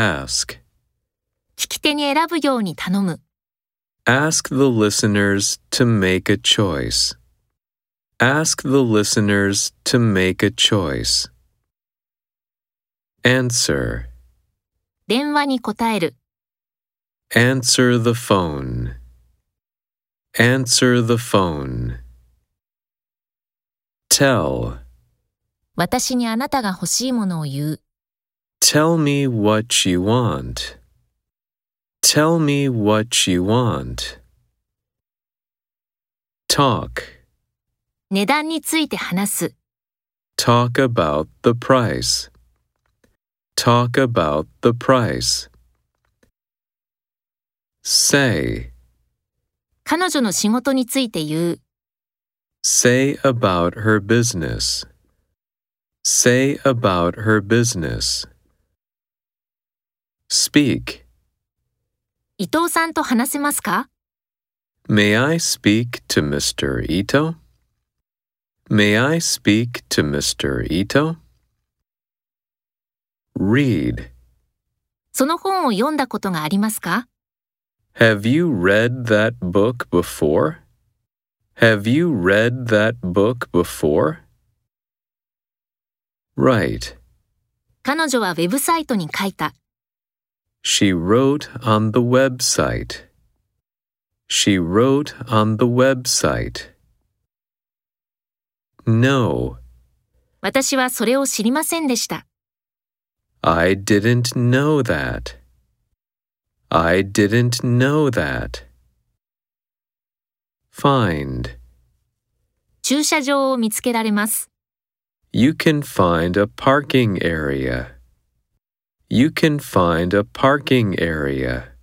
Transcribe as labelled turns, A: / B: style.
A: Ask.
B: 聞き手に選ぶように頼む。
A: Ask the listeners to make a choice. Ask the listeners to make a choice. Answer.
B: 電話に答える。
A: Answer the phone. Answer the phone. Tell.
B: 私にあなたが欲しいものを言う。
A: Tell me what you want. Tell me what you want. Talk.
B: 値段について話す。
A: Talk about the price. Talk about the price. Say.
B: 彼女の仕事について言う。
A: Say about her business. Say about her business. Speak.
B: 伊藤さんと話せますか
A: May I speak to Mr. Ito? May I speak to Mr. Ito? Read.
B: その本を読んだことがありますか
A: Have you read that book before? Have you read that book before? Right.
B: 彼女はウェブサイトに書いた。
A: She wrote on the website. She wrote on the website. No,
B: 私はそれを知りませんでした。
A: I didn't know that. I didn't know that. Find.
B: 駐車場を見つけられます。
A: You can find a parking area. You can find a parking area.